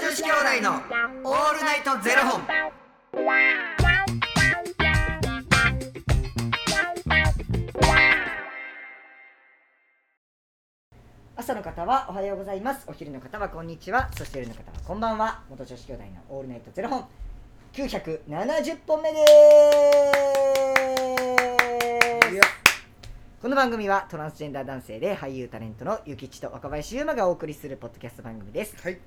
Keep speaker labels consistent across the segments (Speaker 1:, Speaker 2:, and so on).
Speaker 1: 子兄弟のオールナイトゼロ本。
Speaker 2: 朝の方はおはようございますお昼の方はこんにちはそして夜の方はこんばんは元女子兄弟のオールナイトゼロ本970本目ですこの番組はトランスジェンダー男性で俳優タレントのゆきちと若林優馬がお送りするポッドキャスト番組です
Speaker 1: はい。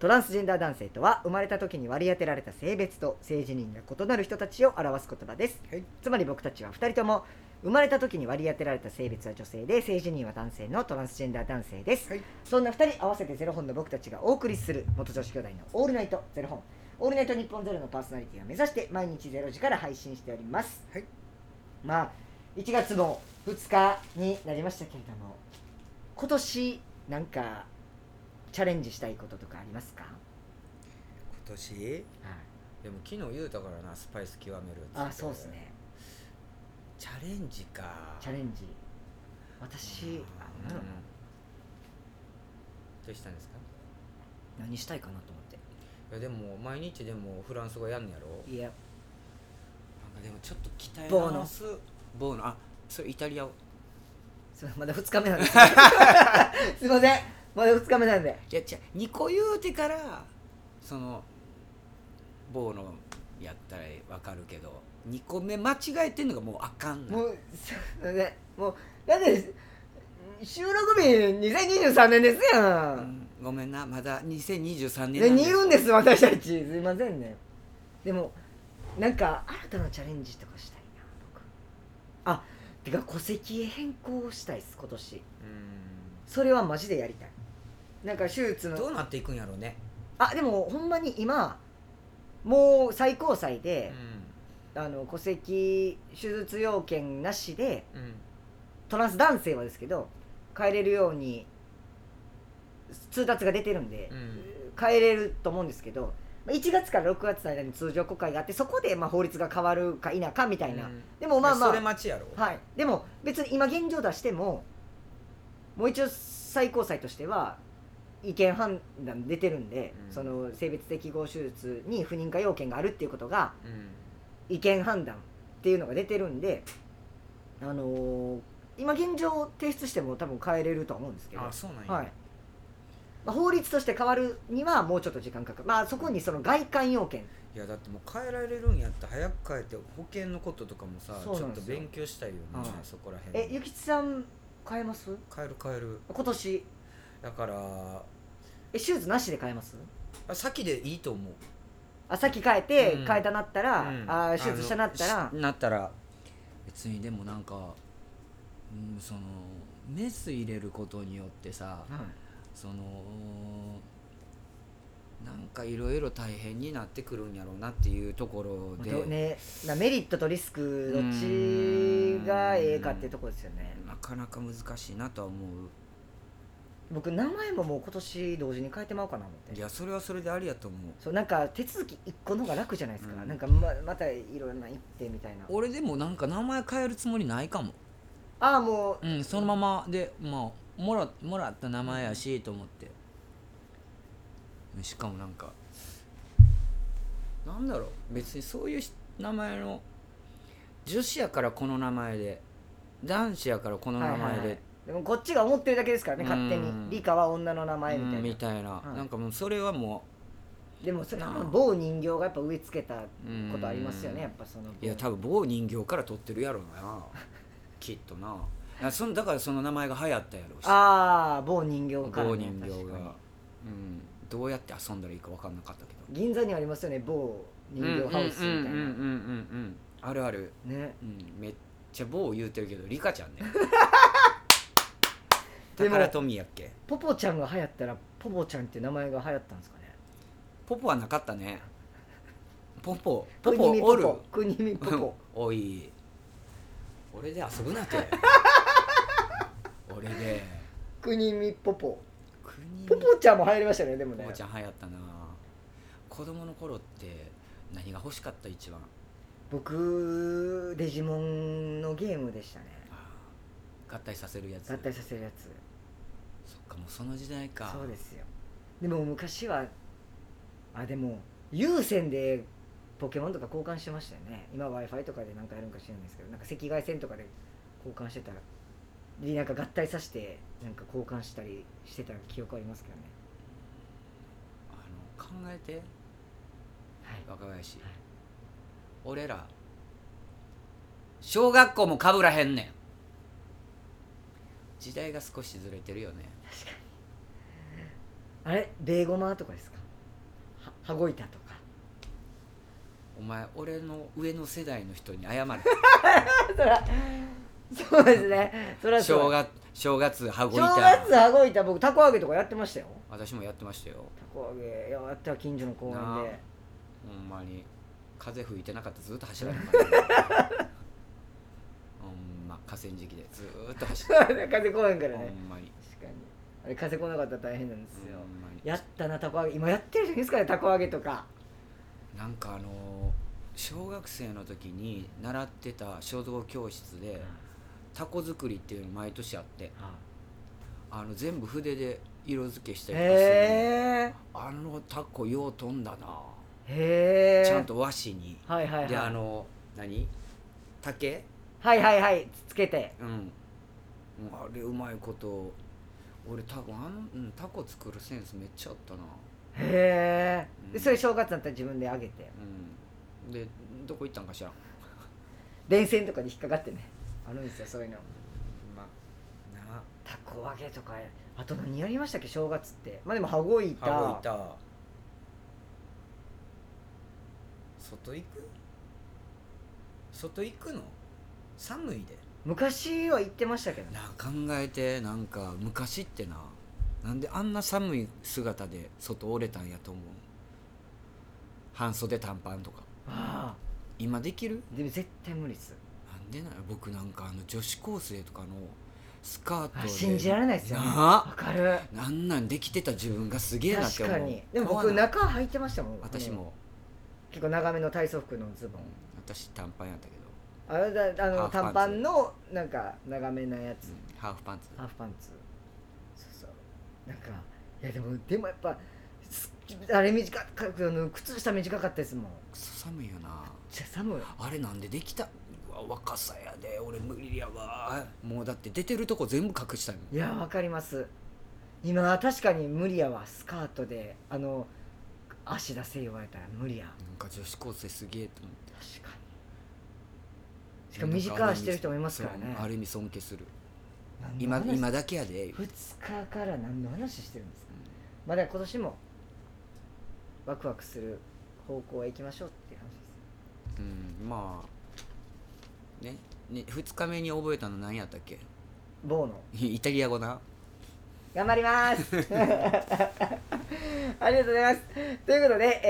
Speaker 2: トランスジェンダー男性とは生まれた時に割り当てられた性別と性自認が異なる人たちを表す言葉です
Speaker 1: はい。
Speaker 2: つまり僕たちは2人とも生まれた時に割り当てられた性別は女性で性自認は男性のトランスジェンダー男性です、
Speaker 1: はい
Speaker 2: そんな2人合わせてゼロ本の僕たちがお送りする元女子兄弟の「オールナイトゼロ本」「オールナイト日本ゼロのパーソナリティを目指して毎日ゼロ時から配信しております、
Speaker 1: はい
Speaker 2: まあ1月も2日になりましたけれども今年なんかチャレンジしたいこととかありますか、
Speaker 1: 今年。でも昨日言うたからな、スパイス極めるっつって
Speaker 2: あそうですね。
Speaker 1: チャレンジか。
Speaker 2: チャレンジ私あ
Speaker 1: うん
Speaker 2: なんだろうな
Speaker 1: どうしたんですか。
Speaker 2: 何したいかなと思っ
Speaker 1: いやでも毎日でもフランス語やんのやろ。
Speaker 2: ていや
Speaker 1: なんかでもちょっと鍛え
Speaker 2: ボーノ
Speaker 1: 直す。ボーノ。あ、それイタリア語。
Speaker 2: すいませんまだ2日目 なんですすいませんまだ2日目なんで
Speaker 1: いや違う2個言うてからその棒のやったらわかるけど2個目間違えてんのがもうあかん
Speaker 2: も
Speaker 1: の
Speaker 2: うそうねもうだって収録日2023年ですや、
Speaker 1: うんんごめんなまだ
Speaker 2: で
Speaker 1: 2023年
Speaker 2: ね
Speaker 1: なん
Speaker 2: にいるんです私たちすいませんねでもなんか新たなチャレンジとかしたいな僕あてか戸籍へ変更したいです今年
Speaker 1: うん
Speaker 2: それはマジでやりたいなんか手術の
Speaker 1: どうなっていくんやろうね、
Speaker 2: あでもほんまに今もう最高裁
Speaker 1: う
Speaker 2: で、あの戸籍手術要件なしで
Speaker 1: うん
Speaker 2: トランス男性はですけど変えれるように通達が出てるんで、
Speaker 1: うん
Speaker 2: 変えれると思うんですけどまあ1月から6月の間に通常国会があってそこでまあ法律が変わるか否かみたいな、
Speaker 1: うん
Speaker 2: でもまあまあ
Speaker 1: それ待ちやろ
Speaker 2: はい、でも別に今現状出してももう一応最高裁としては違憲判断出てるんで、
Speaker 1: うん
Speaker 2: その性別適合手術に不妊化要件があるっていうことが
Speaker 1: うん
Speaker 2: 違憲判断っていうのが出てるんで、あのー今現状提出しても多分変えれるとは思うんですけど、は
Speaker 1: あ
Speaker 2: い
Speaker 1: そうなんや、
Speaker 2: まあ、法律として変わるにはもうちょっと時間かかる、まあ、そこにその外観要件
Speaker 1: いやだってもう変えられるんやったら早く変えて保険のこととかもさち
Speaker 2: そうな
Speaker 1: ょ
Speaker 2: ん
Speaker 1: っ
Speaker 2: で
Speaker 1: と
Speaker 2: すよ
Speaker 1: 勉強したいよね、
Speaker 2: はい
Speaker 1: そこら辺
Speaker 2: えゆきちさん変えます
Speaker 1: 変える変える
Speaker 2: 今年
Speaker 1: だから
Speaker 2: え手術なしで変えます
Speaker 1: あ先でいいと思う
Speaker 2: あさっき変えて、
Speaker 1: うん
Speaker 2: 変えたなったら、
Speaker 1: うん
Speaker 2: あー手術したなった
Speaker 1: あの
Speaker 2: ら
Speaker 1: しなったら別にでもなんか、うん、そのメス入れることによってさそのなんかいろいろ大変になってくるんやろうなっていうところで、
Speaker 2: どね、なメリットとリスクどっちがええかっていうところですよね
Speaker 1: なかなか難しいなとは思う
Speaker 2: 僕名前ももう今年同時に変えてまおうかな思っ
Speaker 1: い
Speaker 2: て
Speaker 1: やそれはそれでありやと思う
Speaker 2: そうなんか手続き1個の方が楽じゃないですか、
Speaker 1: うん
Speaker 2: なんかままたいろんな一手みたいな
Speaker 1: 俺でもなんか名前変えるつもりないかも
Speaker 2: ああもう
Speaker 1: うんそのままでまあもらもらった名前やしと思ってしかもなんかなんだろう別にそういうし名前の女子やからこの名前で男子やからこの名
Speaker 2: はい
Speaker 1: 前
Speaker 2: はいは
Speaker 1: で
Speaker 2: いでもこっちが思ってるだけですからね勝手
Speaker 1: う
Speaker 2: に
Speaker 1: ん
Speaker 2: 理科は女の名前みたいな、
Speaker 1: うんみたいな、
Speaker 2: はい
Speaker 1: なんかもうそれはも
Speaker 2: でもそれは
Speaker 1: なあ
Speaker 2: 某人形がやっぱ植え付けた
Speaker 1: ううん
Speaker 2: ことありますよねやっぱその
Speaker 1: いや多分某人形から取ってるやろ なきっとなあそんだからその名前が流行ったやろうし
Speaker 2: ああ某人形から、ね、
Speaker 1: 某人形が、
Speaker 2: 確かに
Speaker 1: うん、どうやって遊んだらいいか分かんなかったけど
Speaker 2: 銀座にありますよね某人形ハウスみたい
Speaker 1: うんうんうんうんうん
Speaker 2: な
Speaker 1: うんあるある、
Speaker 2: ね
Speaker 1: うん、めっちゃ某言うてるけどリカちゃんね
Speaker 2: でも
Speaker 1: 宝富やっけ
Speaker 2: ポポちゃんが流行ったらポポちゃんっていう名前が流行ったんですかね
Speaker 1: ポポはなかったねポポポポ
Speaker 2: 国見
Speaker 1: おる
Speaker 2: 国見ポポ
Speaker 1: おい俺で遊ぶな て俺で
Speaker 2: 国見ポポ
Speaker 1: 国
Speaker 2: ポポちゃんも流行りましたねでも
Speaker 1: ポ
Speaker 2: ね
Speaker 1: ポちゃん流行ったな子供の頃って何が欲しかった一番
Speaker 2: 僕デジモンのゲームでしたね
Speaker 1: あー合体させるやつ
Speaker 2: 合体させるやつ
Speaker 1: そっかもうその時代か
Speaker 2: そうですよでも昔はあでも有線でポケモンとか交換してましたよね今 w i f i とかでなんかやるんか知らないですけどなんか赤外線とかで交換してたでなんか合体させてなんか交換したりしてた記憶ありますけどね
Speaker 1: あの考えて
Speaker 2: はい
Speaker 1: 若林、
Speaker 2: はい
Speaker 1: 俺ら小学校もかぶらへんねん時代が少しずれてるよね
Speaker 2: 確かにあれベーゴマとかですかは羽子板とか
Speaker 1: お前俺の上の世代の人に謝
Speaker 2: そら そうですねそ
Speaker 1: れ
Speaker 2: らそう
Speaker 1: 正月正月羽子
Speaker 2: 正
Speaker 1: 板
Speaker 2: 月羽子板僕たこ揚げとかやってましたよ
Speaker 1: 私もやってましたよ
Speaker 2: たこ揚げいややった近所の公園で
Speaker 1: ほんまに風吹いてなかったらずっと走らなかった ほんま河川敷でずーっと走っ
Speaker 2: 風公園か
Speaker 1: て
Speaker 2: ら
Speaker 1: ほ
Speaker 2: ね
Speaker 1: んまに
Speaker 2: 確かにあれ風来なかったら大変なんですよ
Speaker 1: ほんまに
Speaker 2: やったなたこ揚げ今やってるじゃないですかねたこ揚げとか
Speaker 1: なんかあの小学生の時に習ってた書道教室でタコ作りっていうの毎年あってあの全部筆で色付けしたりとかするの
Speaker 2: へ
Speaker 1: あのタコよう飛んだな、
Speaker 2: えへえ
Speaker 1: ちゃんと和紙に、
Speaker 2: はいはいはい
Speaker 1: であの何竹
Speaker 2: はいはいはいつけて
Speaker 1: うんうんあれうまいこと俺多分あの、うん、タコ作るセンスめっちゃあったな
Speaker 2: へ
Speaker 1: うん
Speaker 2: えそれ正月だったら自分で揚げて
Speaker 1: うんでどこ行ったんかしらん
Speaker 2: 電線とかに引っかかってねあるんですよそういうの
Speaker 1: まな
Speaker 2: たこ揚げとかあと何やりましたっけ正月ってまあでも羽子板
Speaker 1: 羽子板外行く外行くの寒いで
Speaker 2: 昔は行ってましたけどね
Speaker 1: な考えてなんか昔ってななんであんな寒い姿で外折れたんやと思う半袖短パンとか
Speaker 2: あ
Speaker 1: 今できる
Speaker 2: あでも絶対無理っす
Speaker 1: なんでなの僕なんかあの女子高生とかのスカート
Speaker 2: あ
Speaker 1: で
Speaker 2: 信じられないっすよねわ
Speaker 1: なあ
Speaker 2: かる
Speaker 1: なんなんできてた自分がすげえなって
Speaker 2: 確
Speaker 1: 思う
Speaker 2: かにでも
Speaker 1: 買わ
Speaker 2: 僕
Speaker 1: ない
Speaker 2: 中履いてましたもん
Speaker 1: 私
Speaker 2: あの
Speaker 1: も、
Speaker 2: 結構長めの体操服のズボン
Speaker 1: 私短パンやったけど
Speaker 2: あれだあ
Speaker 1: ハー
Speaker 2: の
Speaker 1: フパンツ
Speaker 2: 短パンのなんか長めなやつ
Speaker 1: ハーフパンツ
Speaker 2: ハーフパンツそうそうなんかいやでもでもやっぱすあれ短かあの靴下短かったですもん
Speaker 1: クソ寒いよな
Speaker 2: じゃ寒い
Speaker 1: あれなんでできたうわ若さやで俺無理やわもうだって出てるとこ全部隠したいもん
Speaker 2: いやわかります今確かに無理やわスカートであの足出せ言われたら無理や
Speaker 1: なんか女子高生すげえと思って
Speaker 2: 確かにしかも短いしてる人もいますから
Speaker 1: そ
Speaker 2: ね
Speaker 1: うある意味尊敬する
Speaker 2: 何の
Speaker 1: 今
Speaker 2: 話
Speaker 1: 今だけやで
Speaker 2: 2日から何の話してるんですか、まあでも今年もワクワクする方向へ行きましょうっていう話です
Speaker 1: うんまあねね2日目に覚えたの何やったっけ
Speaker 2: ボーノ
Speaker 1: イタリア語な
Speaker 2: 頑張ります ありがとうございますということで、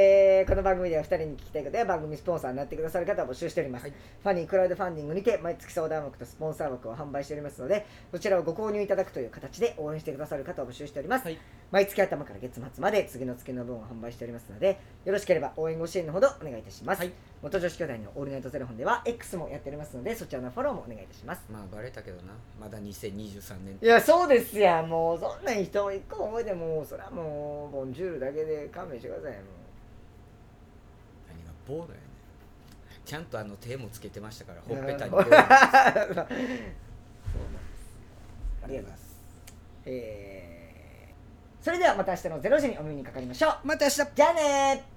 Speaker 2: えーこの番組では2人に聞きたいことや番組スポンサーになってくださる方を募集しております、
Speaker 1: はい
Speaker 2: ファニークラウドファンディングにて毎月相談枠とスポンサー枠を販売しておりますのでそちらをご購入いただくという形で応援してくださる方を募集しております、
Speaker 1: はい
Speaker 2: 毎月頭から月末まで次の月の分を販売しておりますのでよろしければ応援ご支援のほどお願いいたします、
Speaker 1: はい
Speaker 2: 元女子兄弟のオールナイトゼロ本では X もやっておりますのでそちらのフォローもお願いいたします
Speaker 1: まあバレたけどなまだ2023年
Speaker 2: いやそうですやもうそんなん人を一個覚えてもうそりゃもうボンジュールだけで勘弁してくださいも
Speaker 1: 何がボーノやねんちゃんとあの手もつけてましたからほ
Speaker 2: う
Speaker 1: っぺたに
Speaker 2: うんそうなんですよありがとうございます
Speaker 1: す
Speaker 2: えーそれではまた明日の0時にお目にかかりましょう
Speaker 1: また明日
Speaker 2: じゃあねー